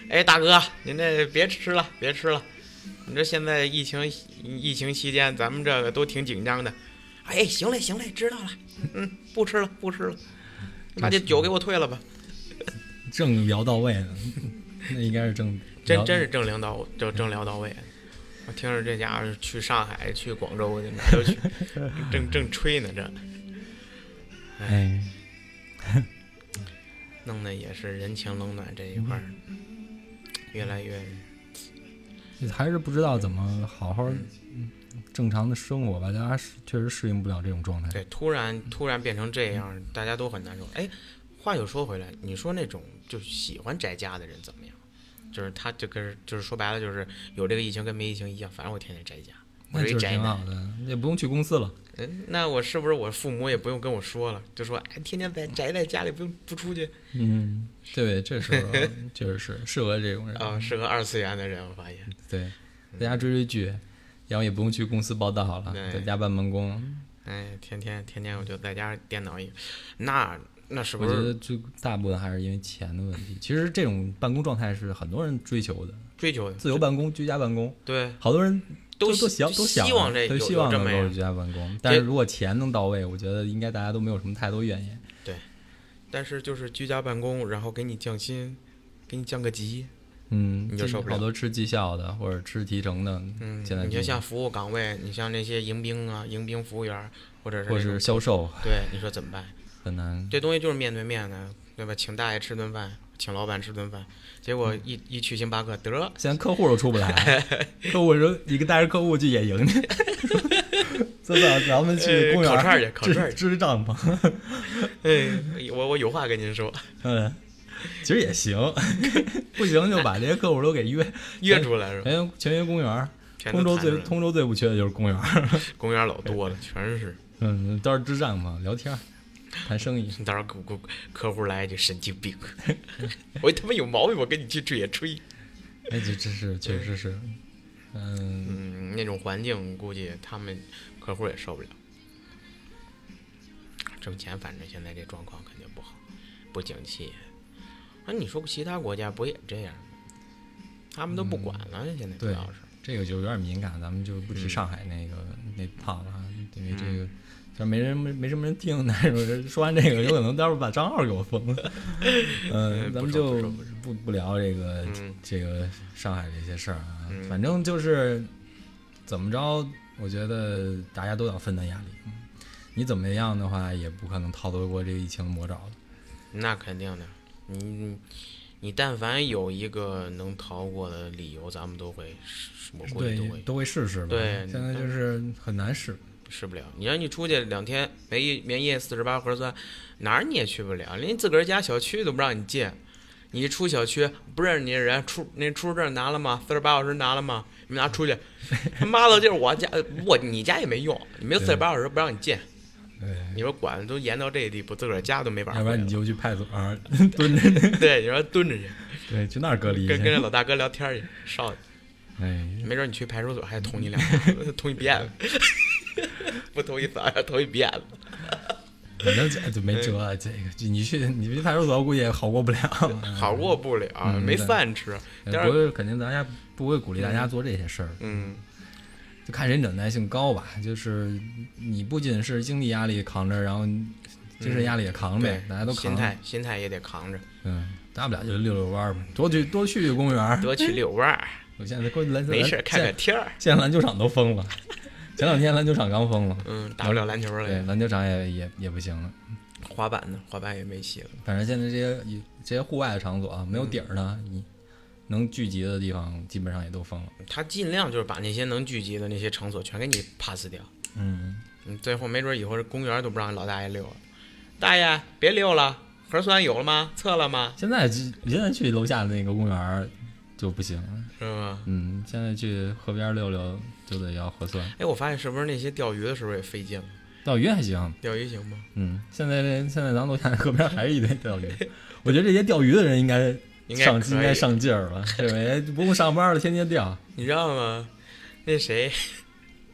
Speaker 2: 哎，大哥，您这别吃了，别吃了，你这现在疫情疫情期间，咱们这个都挺紧张的。哎，行嘞，行嘞，知道了，嗯，不吃了，不吃了，把这酒给我退了吧。
Speaker 1: 正聊到位呢， 那应该是正
Speaker 2: 真
Speaker 1: 聊
Speaker 2: 真是正聊到正正聊到位。我听着这家伙去上海、去广州去哪儿都去，正正吹呢，这
Speaker 1: 哎，
Speaker 2: 弄得也是人情冷暖这一块儿越来越
Speaker 1: 还是不知道怎么好好
Speaker 2: 嗯
Speaker 1: 正常的生活吧，大家是确实适应不了这种状态。
Speaker 2: 对，突然突然变成这样，大家都很难受。哎，话又说回来，你说那种就是喜欢宅家的人怎么样？就是他这个就是说白了就是有这个疫情跟没疫情一样，反正我天天宅家，我
Speaker 1: 那
Speaker 2: 是
Speaker 1: 就啊
Speaker 2: 一宅
Speaker 1: 挺
Speaker 2: 男。
Speaker 1: 好的，也不用去公司了。
Speaker 2: 嗯，那我是不是我父母也不用跟我说了，就说哎，天天在宅在家里，不用不出去
Speaker 1: 嗯， 对，这时候确实是适合这种人。
Speaker 2: 啊、适合二次元的人，我发现。
Speaker 1: 对，在家追追剧，然后也不用去公司报道了，
Speaker 2: 对
Speaker 1: 在家办办公。
Speaker 2: 哎，天天天天我就在家电脑一，那那是
Speaker 1: 我
Speaker 2: 不
Speaker 1: 觉
Speaker 2: 是
Speaker 1: 得最大部分还是因为钱的问题。其实这种办公状态是很多人追求的，
Speaker 2: 追求的？
Speaker 1: 自由办公、居家办公，
Speaker 2: 对，
Speaker 1: 好多人
Speaker 2: 都
Speaker 1: 都
Speaker 2: 希
Speaker 1: 想都想啊
Speaker 2: 希望这
Speaker 1: 都
Speaker 2: 有
Speaker 1: 希
Speaker 2: 有
Speaker 1: 望
Speaker 2: 这
Speaker 1: 能
Speaker 2: 么
Speaker 1: 够
Speaker 2: 样
Speaker 1: 居，家办公。但
Speaker 2: 这
Speaker 1: 是如果钱能到位，我觉得应该大家都没有什么太多怨言。
Speaker 2: 但是就是居家办公，然后给你降薪，给你降个级，
Speaker 1: 嗯，
Speaker 2: 你就受不了
Speaker 1: 好多吃绩效的或者吃提成的，
Speaker 2: 嗯，
Speaker 1: 现在
Speaker 2: 你
Speaker 1: 就
Speaker 2: 就像服务岗位，你像那些迎宾啊、迎宾服务员，或者是
Speaker 1: 或
Speaker 2: 那
Speaker 1: 是
Speaker 2: 种
Speaker 1: 销售
Speaker 2: 对，你说怎么办？
Speaker 1: 很难。
Speaker 2: 这东西就是面对面的，对吧？请大爷吃顿饭，请老板吃顿饭，结
Speaker 1: 嗯
Speaker 2: 果一一去星巴克，得
Speaker 1: 现在客户都出不 来，客户说你跟带着客户去野营去， 真的，咱们去
Speaker 2: 呃
Speaker 1: 公园
Speaker 2: 烤
Speaker 1: 儿
Speaker 2: 串儿去，烤
Speaker 1: 支
Speaker 2: 串儿去。
Speaker 1: 支帐篷，
Speaker 2: 哎，我我有话跟您说，
Speaker 1: 嗯，其实也行， 不行就把这些客户都给约，
Speaker 2: 约出来是吧？
Speaker 1: 全约全哎约公园儿。
Speaker 2: 全
Speaker 1: 通州
Speaker 2: 都谈出
Speaker 1: 最
Speaker 2: 来
Speaker 1: 通州最不缺的就是公园儿，
Speaker 2: 公园老多了，全是。
Speaker 1: 嗯，到时候支帐篷聊天儿，谈生意。
Speaker 2: 到时候客客客户来就神经病， 我他妈有毛病，我跟你去吹也吹。
Speaker 1: 哎，这这是确实是，嗯，
Speaker 2: 嗯，那种环境估计他们客户也受不了。挣钱，反正现在这状况肯定不好，不景气。啊，你说其他国家不也这样吗？他们都不管了，现在
Speaker 1: 嗯
Speaker 2: 主
Speaker 1: 对
Speaker 2: 要是。
Speaker 1: 这个就有点敏感，咱们就不
Speaker 2: 嗯
Speaker 1: 提上海那个那套了啊，因为这个就没人没没什么人听， 但是说完这个，有可能待会儿把账号给我封 了。
Speaker 2: 哎
Speaker 1: 嗯，咱
Speaker 2: 不
Speaker 1: 们
Speaker 2: 说不
Speaker 1: 就
Speaker 2: 说不说
Speaker 1: 不不聊这个
Speaker 2: 嗯
Speaker 1: 这个上海这些事儿啊
Speaker 2: 嗯，
Speaker 1: 反正就是怎么着，我觉得大家都要分担压力。你怎么样的话，也不可能逃得过这个疫情的魔爪的。
Speaker 2: 那肯定的，你你你但凡有一个能逃过的理由，咱们都会，我估计
Speaker 1: 对
Speaker 2: 都会，
Speaker 1: 都会试试吧。
Speaker 2: 对
Speaker 1: 现在就是很难试。
Speaker 2: 试不了。你让你出去两天没一连夜四十八核酸，哪儿你也去不了，连自个儿家小区都不让你进，你一出小区不认识你的人，出那出入证拿了吗？四十八小时拿了吗？你们拿出去，他妈的，就是我家，我你家也没用，你没有四十八小时不让你进。
Speaker 1: 对，
Speaker 2: 你说管的都严到这个地步，自个儿家都没法回
Speaker 1: 要
Speaker 2: 了。
Speaker 1: 不然你就去派出所儿 蹲着，
Speaker 2: 对，你说蹲着去，
Speaker 1: 对，去那儿隔离
Speaker 2: 跟跟
Speaker 1: 去。
Speaker 2: 这老大哥聊天去，少
Speaker 1: 哎，
Speaker 2: 没准你去派出所还捅你两下， 捅一鞭子， 不捅一嗓子，捅一鞭子。
Speaker 1: 反正就就没辙啊，这个就你去你去派出所估计也好过不了。
Speaker 2: 好过不了，
Speaker 1: 哦嗯
Speaker 2: 没
Speaker 1: 对
Speaker 2: 饭吃。
Speaker 1: 呃，
Speaker 2: 但
Speaker 1: 不
Speaker 2: 是，
Speaker 1: 是肯定大家不会鼓励大家做这些事儿，
Speaker 2: 嗯，
Speaker 1: 就看谁忍耐性高吧。就是你不仅是经济压力扛着，然后精神压力也扛着呗
Speaker 2: 对，
Speaker 1: 大家都扛
Speaker 2: 心。态心态也得扛着，
Speaker 1: 嗯，大不了就溜溜弯儿嘛，多去多去公园儿。
Speaker 2: 多去遛弯儿，
Speaker 1: 我现在关键篮球
Speaker 2: 没事儿
Speaker 1: 篮
Speaker 2: 看看
Speaker 1: 现
Speaker 2: 天儿。
Speaker 1: 现在篮球场都封了，前两天篮球场刚封了，
Speaker 2: 嗯，打不了篮球
Speaker 1: 对，
Speaker 2: 了，
Speaker 1: 篮球场也也也不行了。
Speaker 2: 滑板呢？滑板也没戏了。
Speaker 1: 反正现在这些这些户外的场所啊，没有底儿呢，你能聚集的地方基本上也都封了。
Speaker 2: 他尽量就是把那些能聚集的那些场所全给你 pass 掉。
Speaker 1: 嗯，
Speaker 2: 嗯，最后没准以后这公园都不让老大爷溜了。大爷，别溜了，核酸有了吗？测了吗？
Speaker 1: 现在去现在去楼下的那个公园儿就不行了。
Speaker 2: 是吗？
Speaker 1: 嗯，现在去河边溜溜就得要核酸，
Speaker 2: 哎，我发现是不是那些钓鱼的时候也费劲了？
Speaker 1: 钓鱼还行。
Speaker 2: 钓鱼行吗？
Speaker 1: 嗯，现在现在咱楼下河边还是一堆 钓鱼，我觉得这些钓鱼的人应该
Speaker 2: 应该
Speaker 1: 上
Speaker 2: 可以
Speaker 1: 应该上劲儿了，对吧？也 不用上班了，天天钓。
Speaker 2: 你知道吗？那谁，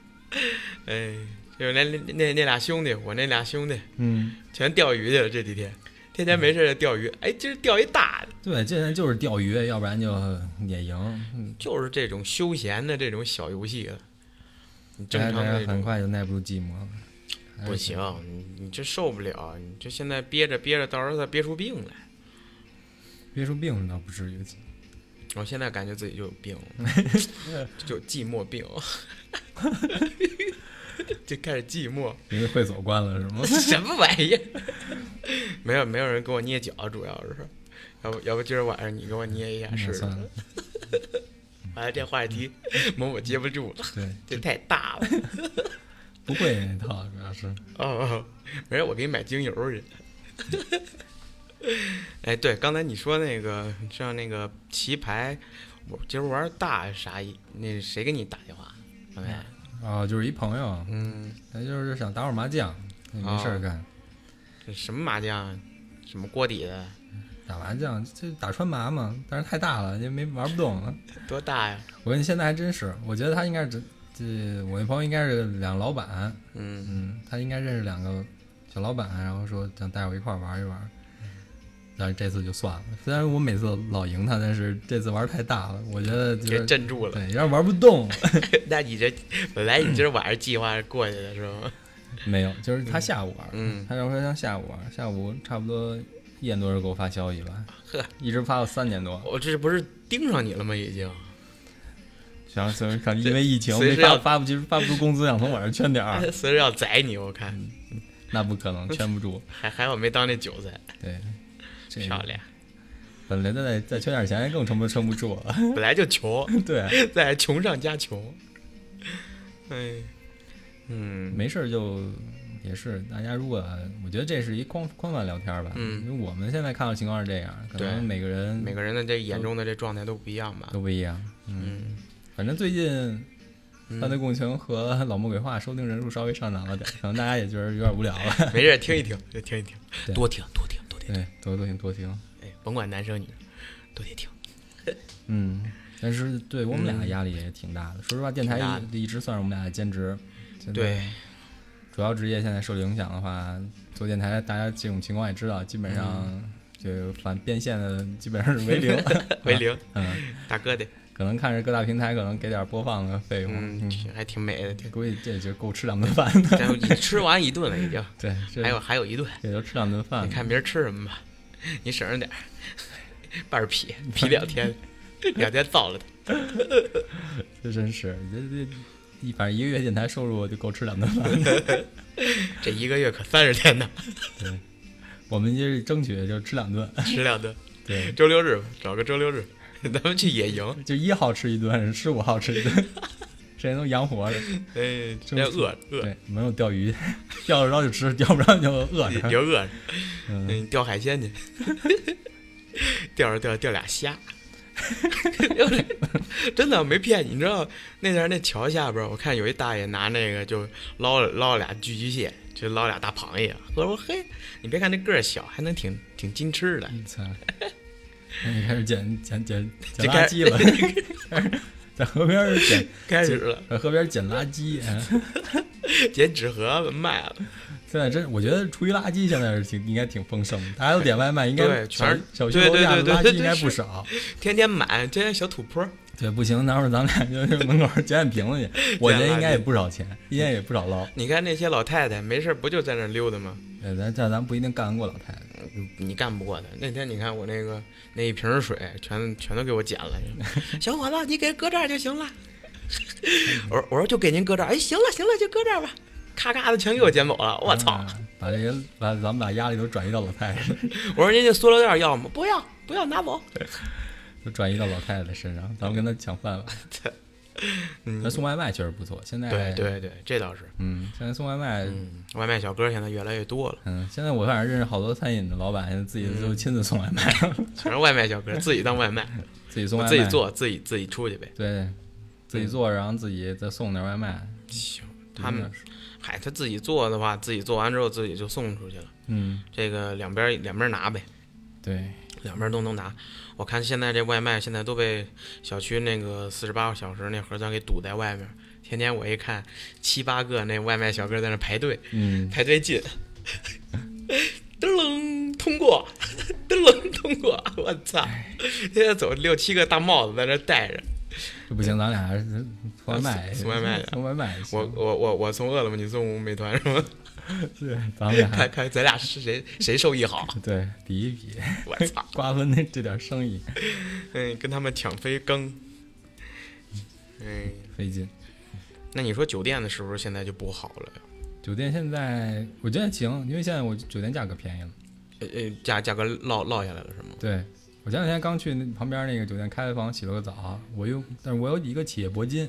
Speaker 2: 哎，就是那那那那俩兄弟，我那俩兄弟
Speaker 1: 嗯，
Speaker 2: 全钓鱼去了，这几天天天没事就钓鱼。哎，今儿钓一大的，
Speaker 1: 对，这人就是钓鱼，要不然就野营。嗯
Speaker 2: 就是这种休闲的这种小游戏了。你正常
Speaker 1: 大家
Speaker 2: 的那
Speaker 1: 很
Speaker 2: 种
Speaker 1: 快就耐不住寂寞了。还是
Speaker 2: 不行，你你这受不了，你这现在憋着憋着，到时候再憋出病来。
Speaker 1: 憋出病倒不至于。
Speaker 2: 我现在感觉自己就有病 了，就寂寞病， 就开始寂寞。？
Speaker 1: 因为会所关了是吗
Speaker 2: 什么玩意儿？没有没有人给我捏脚，主要是，要不要不今儿晚上你给我捏一下试
Speaker 1: 嗯那
Speaker 2: 试
Speaker 1: 算？了，
Speaker 2: 完了这话题， 某某接不住了，
Speaker 1: 对，
Speaker 2: 这太大了。
Speaker 1: 不会那套主要是。
Speaker 2: 哦，没事，我给你买精油去。 哎，对，刚才你说那个像那个棋牌，我今儿玩大啥意？那谁给你打电话？刚才，
Speaker 1: 啊，就是一朋友，
Speaker 2: 嗯，
Speaker 1: 他就是想打会儿麻将，也没事儿
Speaker 2: 哦
Speaker 1: 干，
Speaker 2: 这嗯什么麻将？什么锅底的？
Speaker 1: 打麻将就打川麻嘛，但是太大了，也没玩不动了。
Speaker 2: 多大呀？
Speaker 1: 我跟你现在还真是，我觉得他应该是这，我那朋友应该是两个老板，
Speaker 2: 嗯，
Speaker 1: 嗯，他应该认识两个小老板，然后说想带我一块儿玩一玩。但是这次就算了，虽然我每次老赢他，但是这次玩太大了，我觉得就
Speaker 2: 给
Speaker 1: 是
Speaker 2: 镇住了。
Speaker 1: 对，有点玩不动。
Speaker 2: 那你这本来你今儿晚上计划是过去的是吗？
Speaker 1: 没有，就是他下午玩，
Speaker 2: 嗯
Speaker 1: 他要说他下午玩，下午差不多一点多就给我发消息了，
Speaker 2: 呵，
Speaker 1: 一直发到三点多。
Speaker 2: 我这不是盯上你了吗？已经
Speaker 1: 然后就是可能因为疫情
Speaker 2: 随
Speaker 1: 没
Speaker 2: 时
Speaker 1: 发
Speaker 2: 要
Speaker 1: 发不出发不出工资，想从我这儿圈点儿，
Speaker 2: 随时要宰你，我看
Speaker 1: 那不可能，圈不 住。
Speaker 2: 还还好没当那韭菜，
Speaker 1: 对，这
Speaker 2: 漂亮。
Speaker 1: 本来再再圈点钱更撑不撑不住了。
Speaker 2: 本来就穷，
Speaker 1: 对，啊
Speaker 2: 再穷上加穷。哎，嗯，
Speaker 1: 没事儿就也是大家如果我觉得这是一宽宽泛聊天儿吧，
Speaker 2: 嗯
Speaker 1: 因为我们现在看到情况是这样，可能
Speaker 2: 对
Speaker 1: 每个人
Speaker 2: 每个人的这眼中的这状态都不一样吧？
Speaker 1: 都不一样。
Speaker 2: 嗯，
Speaker 1: 反正最近
Speaker 2: 嗯
Speaker 1: 《犯罪共情》和 《老魔鬼话》收听人数稍微上涨了点儿，可能大家也觉得有点无聊了。
Speaker 2: 没事，听一听，就听一听，
Speaker 1: 对
Speaker 2: 多听多听多听，
Speaker 1: 对，多多听多听，
Speaker 2: 哎，甭管男生女生，多听听。
Speaker 1: 嗯，但是对我们俩压力也挺大的。说实话，电台
Speaker 2: 挺大的
Speaker 1: 一一直算是我们俩的兼职。现在
Speaker 2: 对，。
Speaker 1: 主要职业现在受影响的话，做电台大家这种情况也知道，基本上就反变现的基本上是 为零
Speaker 2: 为。零
Speaker 1: 嗯，
Speaker 2: 大哥的，
Speaker 1: 可能看着各大平台可能给点播放的费用，
Speaker 2: 嗯，挺还挺美的， 挺。
Speaker 1: 估计这就够吃两顿饭的。
Speaker 2: 然后你吃完一顿了已经，
Speaker 1: 对，这
Speaker 2: 还有还有一顿。
Speaker 1: 也就吃两顿饭
Speaker 2: 你
Speaker 1: 吧。
Speaker 2: 看明儿吃什么吧，你省着点儿，半儿 劈劈两天，两天造了它。
Speaker 1: 这真是，这这一反正一个月电台收入就够吃两顿饭。
Speaker 2: 这一个月可三十天 呢，
Speaker 1: 对，我们就是争取就吃两顿。
Speaker 2: 吃两顿。
Speaker 1: 对，
Speaker 2: 周六日吧找个周六日， 咱们去野营。
Speaker 1: 就一号吃一顿，十五号吃一 顿，谁能养活着？
Speaker 2: 哎，要饿着饿着
Speaker 1: 对，没有钓鱼，钓得着就 吃，钓不着就饿
Speaker 2: 也
Speaker 1: 着。
Speaker 2: 也饿着，
Speaker 1: 嗯，
Speaker 2: 嗯，钓海鲜去。 钓着钓着钓俩虾， 真的没骗你。你知道那边那桥下边，我看有一大爷拿那个就捞了捞了俩巨巨蟹，就捞俩大螃蟹。我说嘿，你别看这个儿小，还能挺挺矜持的。
Speaker 1: 你操！那你开始捡捡捡捡
Speaker 2: 就
Speaker 1: 垃
Speaker 2: 开
Speaker 1: 圾了，开 始在河边儿捡，
Speaker 2: 开始了，
Speaker 1: 在河边儿捡垃圾。哎
Speaker 2: 捡纸盒子卖了。
Speaker 1: 现在真，我觉得厨余垃圾现在是挺应该挺丰盛的，大家都点外卖，应该
Speaker 2: 对
Speaker 1: 小
Speaker 2: 全是
Speaker 1: 小区
Speaker 2: 对
Speaker 1: 楼
Speaker 2: 对
Speaker 1: 下
Speaker 2: 对对
Speaker 1: 垃圾
Speaker 2: 对
Speaker 1: 应该
Speaker 2: 是
Speaker 1: 不少。
Speaker 2: 天天买，天天小土坡儿，
Speaker 1: 对，不行，到时候咱们俩就去门口捡捡瓶子去，我觉得
Speaker 2: 捡垃圾
Speaker 1: 应该也不少钱，应该也不少捞。
Speaker 2: 你看那些老太太没事儿不就在那儿溜达吗？
Speaker 1: 呃，咱这咱不一定干得过老太太。
Speaker 2: 嗯你干不过她。那天你看我那个那一瓶水全全都给我捡了， 小伙子，你给搁这儿就行了。 我说我说就给您搁这儿，哎，行了行了，就搁这儿吧。咔咔的全给我捡走了，我操！
Speaker 1: 啊！把这些把咱们把压力都转移到老太太，
Speaker 2: 我说您这塑料袋儿要吗？不要不要，拿走。
Speaker 1: 哎都转移到老太太身上，咱们跟她抢饭碗。
Speaker 2: 嗯
Speaker 1: 那送外卖确实不错，现在
Speaker 2: 对，对对，这倒是。
Speaker 1: 嗯，现在送外卖，
Speaker 2: 嗯，外卖小哥现在越来越多了，
Speaker 1: 嗯，现在我反正认识好多餐饮的老板，现在自己
Speaker 2: 嗯
Speaker 1: 就亲自送外卖，
Speaker 2: 全是外卖小哥自己当外卖，
Speaker 1: 自己 送外卖，
Speaker 2: 哦自己，做，自己自己出去呗。
Speaker 1: 对，自己做，然后自己再送点外卖。
Speaker 2: 行，他们嗨，他自己做的话，自己做完之后自己就送出去了。
Speaker 1: 嗯，
Speaker 2: 这个两边儿两边儿拿呗，
Speaker 1: 对，
Speaker 2: 两边儿都能拿。我看现在这外卖现在都被小区那个四十八小时那核酸给堵在外面儿，天天我一看七八个那外卖小哥在那排队
Speaker 1: 嗯，
Speaker 2: 排队进， 嘚儿楞通过， 嘚儿楞通过，我操！现在走六七个大帽子在那戴着。
Speaker 1: 这不行，咱俩还是送外卖，
Speaker 2: 送啊外卖
Speaker 1: 送外卖，
Speaker 2: 我我我我送饿了么，你送美团是吗？
Speaker 1: 对，咱们俩
Speaker 2: 看看咱俩是谁谁受益好，
Speaker 1: 对比一比，
Speaker 2: 我操！
Speaker 1: 瓜分那这点生意
Speaker 2: 嗯，跟他们抢飞更。嗯，
Speaker 1: 费劲。
Speaker 2: 那你说酒店的是不是现在就不好了呀？
Speaker 1: 酒店现在我觉得行，因为现在我酒店价格便宜了。
Speaker 2: 呃呃，价价格落落下来了是吗？
Speaker 1: 对，我前两天刚去那旁边那个酒店开房洗了个澡，我用，但是我有一个企业铂金，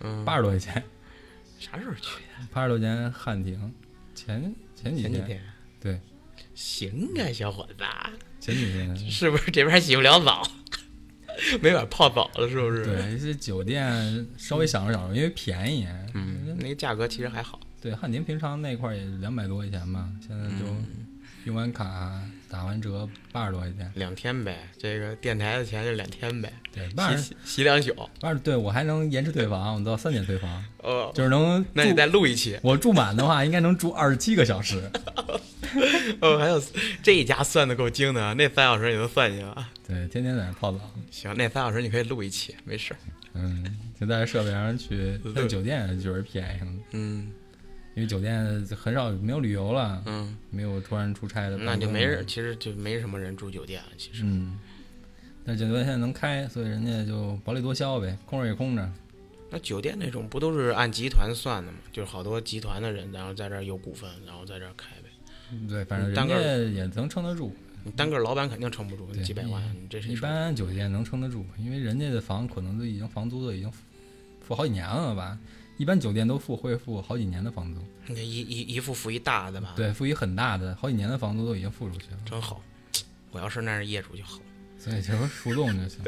Speaker 2: 嗯，
Speaker 1: 八十多块钱，
Speaker 2: 啥时候去呀？
Speaker 1: 八十多块钱汉庭，前前几
Speaker 2: 前几
Speaker 1: 天，
Speaker 2: 天。
Speaker 1: 对，
Speaker 2: 行啊，小伙子，
Speaker 1: 前几天，
Speaker 2: 是不是这边洗不了澡， 没法泡澡了，是不是？，
Speaker 1: 对，这酒店稍微享受享受，因为便宜。啊
Speaker 2: 嗯，那个价格其实还好。
Speaker 1: 对，汉庭平常那块儿也两百多块钱吧，现在就
Speaker 2: 嗯
Speaker 1: 用完卡打完折八十多块钱，
Speaker 2: 两天呗，这个电台的钱就两天呗，
Speaker 1: 对，八十
Speaker 2: 洗洗洗两宿。
Speaker 1: 八十，对我还能延迟退房，我到三点退房，
Speaker 2: 哦，
Speaker 1: 就是能
Speaker 2: 那你
Speaker 1: 住
Speaker 2: 再录一期。
Speaker 1: 我住满的话，应该能住二十七个小时。
Speaker 2: 哦，还有这一家算的够精的，啊，那三小时你都算进了。啊
Speaker 1: 对，天天在那泡澡，
Speaker 2: 行，那三小时你可以录一期，没事儿。
Speaker 1: 嗯，就在设备上去。
Speaker 2: 对
Speaker 1: 在酒店就是便宜了，
Speaker 2: 嗯
Speaker 1: 因为酒店很少没有旅游了，
Speaker 2: 嗯，
Speaker 1: 没有突然出差的，
Speaker 2: 那就没人，。其实就没什么人住酒店了。其实，
Speaker 1: 嗯，但酒店现在能开，所以人家就薄利多销呗，空着也空着。
Speaker 2: 那酒店那种不都是按集团算的吗？就是好多集团的人，然后在这儿有股份，然后在这儿开呗。
Speaker 1: 对，反正人
Speaker 2: 嗯单个
Speaker 1: 家也能撑得住。
Speaker 2: 你单个老板肯定撑不住，
Speaker 1: 对
Speaker 2: 几百万，你这谁
Speaker 1: 一
Speaker 2: 说？
Speaker 1: 般酒店能撑得住，因为人家的房可能都已经房租都已经付付好几年了吧。一般酒店都付会付好几年的房租，
Speaker 2: 你看一一一副服一大的吧，
Speaker 1: 对，付一很大的好几年的房租都已经付出去了。
Speaker 2: 真好。我要是那儿业主就好，
Speaker 1: 所以就是树洞就行。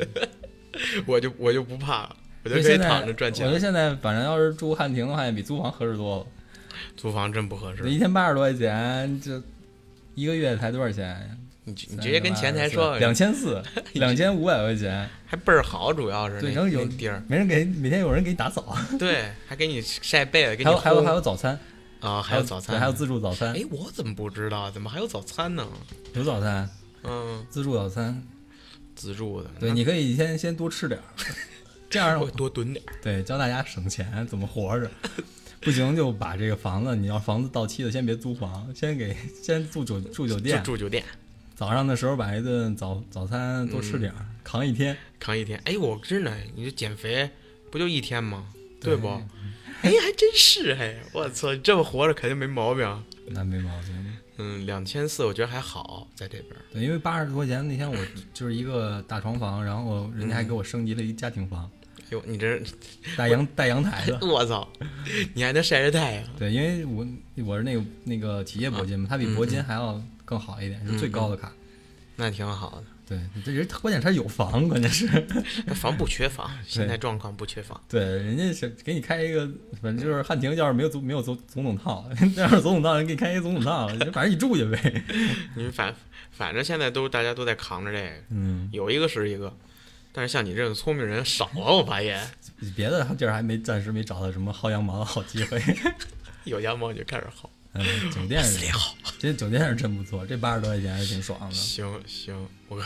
Speaker 2: 我就我就不怕了，我
Speaker 1: 我
Speaker 2: 就可以躺着赚
Speaker 1: 我觉
Speaker 2: 钱。
Speaker 1: 得现在反正要是住汉庭的话，也比租房合适多了。
Speaker 2: 租房真不合
Speaker 1: 这
Speaker 2: 适，
Speaker 1: 一天八十多块钱，这一个月才多少钱？
Speaker 2: 你你直接跟前台说，
Speaker 1: 两千 四，两千五百块钱，
Speaker 2: 还倍儿好，主要是
Speaker 1: 对，
Speaker 2: 那
Speaker 1: 能有
Speaker 2: 那地儿，
Speaker 1: 没人给，每天有人给你打扫，还
Speaker 2: 对，还给你晒被子，给你
Speaker 1: 有还有
Speaker 2: 烘
Speaker 1: 还有早餐，
Speaker 2: 啊，还有早餐，
Speaker 1: 对还有自助早餐
Speaker 2: 哎，，我怎么不知道？怎么还有早餐呢？
Speaker 1: 有早餐，
Speaker 2: 嗯，
Speaker 1: 自助早餐，
Speaker 2: 自助的。
Speaker 1: 对，
Speaker 2: 那
Speaker 1: 你可以先先多吃 点儿，这样
Speaker 2: 嗯我多囤点儿。
Speaker 1: 对教大家省钱怎么活着。不行就把这个房子，你要房子到期了，先别租房，先 给先住酒住酒店
Speaker 2: 就，住酒店
Speaker 1: 早上的时候把一顿早早餐多吃点儿，
Speaker 2: 嗯
Speaker 1: 扛一天。
Speaker 2: 扛一天。哎，我真的，你这减肥不就一天吗？对不？
Speaker 1: 对
Speaker 2: 哎，还真是哎，我操，你这么活着肯定没毛病。
Speaker 1: 那没毛病。
Speaker 2: 嗯，两千四我觉得还好，在这边儿。
Speaker 1: 对，因为八十多块钱那天我就是一个大床房，然后人家还给我升级了一家庭房，
Speaker 2: 哎呦，你这，
Speaker 1: 带阳带阳台的。
Speaker 2: 我操，你还能晒晒太阳？
Speaker 1: 对，因为我我是那个
Speaker 2: 嗯
Speaker 1: 那个企业铂金嘛，它比铂金还要更好一点，是最高的卡。
Speaker 2: 那挺好的。
Speaker 1: 对，这人关键他有房，关键是
Speaker 2: 那房不缺房，现在状况不缺房。
Speaker 1: 对人家是给你开一个，反正就是汉庭要是没有总没有总总统套， 要是总统套人给你开一个总统套，反正你住去呗。
Speaker 2: 你们反反正现在都大家都在扛着这个，
Speaker 1: 嗯，
Speaker 2: 有一个是一个，但是像你这种聪明人少啊，我发现
Speaker 1: 别的地儿还没暂时没找到什么薅羊毛的好机会。
Speaker 2: 有羊毛你就开始薅，
Speaker 1: 嗯，酒店
Speaker 2: 死里薅。
Speaker 1: 这酒店是真不错，这八十多块钱还是挺爽的。
Speaker 2: 行行，我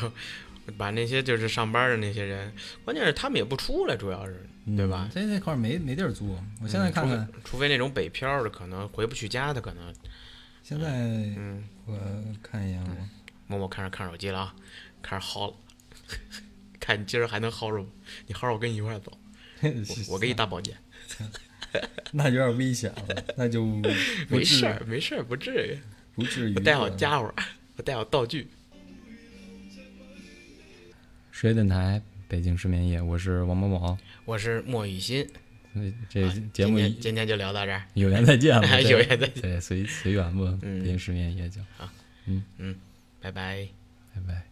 Speaker 2: 把那些就是上班的那些人，关键是他们也不出来，主要是
Speaker 1: 嗯
Speaker 2: 对吧？
Speaker 1: 这这块儿没没地儿租，我现在
Speaker 2: 嗯
Speaker 1: 看看，
Speaker 2: 除非除非那种北漂的，可能回不去家的，可能
Speaker 1: 现在
Speaker 2: 嗯，
Speaker 1: 我看一眼我，
Speaker 2: 默默看着看手机了啊，开始薅了。 看你今儿还能薅着不？你薅着我跟你一块儿走，我我给你打保健，
Speaker 1: 那有点危险了，那就不
Speaker 2: 没
Speaker 1: 至
Speaker 2: 事儿没事儿，不至于。
Speaker 1: 不至于。
Speaker 2: 我带好家伙，我带好道具。
Speaker 1: 十月电台，北京失眠夜，我是王某某。
Speaker 2: 我是莫雨欣，
Speaker 1: 呃这节
Speaker 2: 啊今
Speaker 1: 目啊
Speaker 2: 天今天就聊到这儿，
Speaker 1: 有缘再 见吧，
Speaker 2: 有缘再
Speaker 1: 见，对，随随缘吧。
Speaker 2: 嗯
Speaker 1: 北京失眠夜就
Speaker 2: 拜拜。
Speaker 1: 拜拜。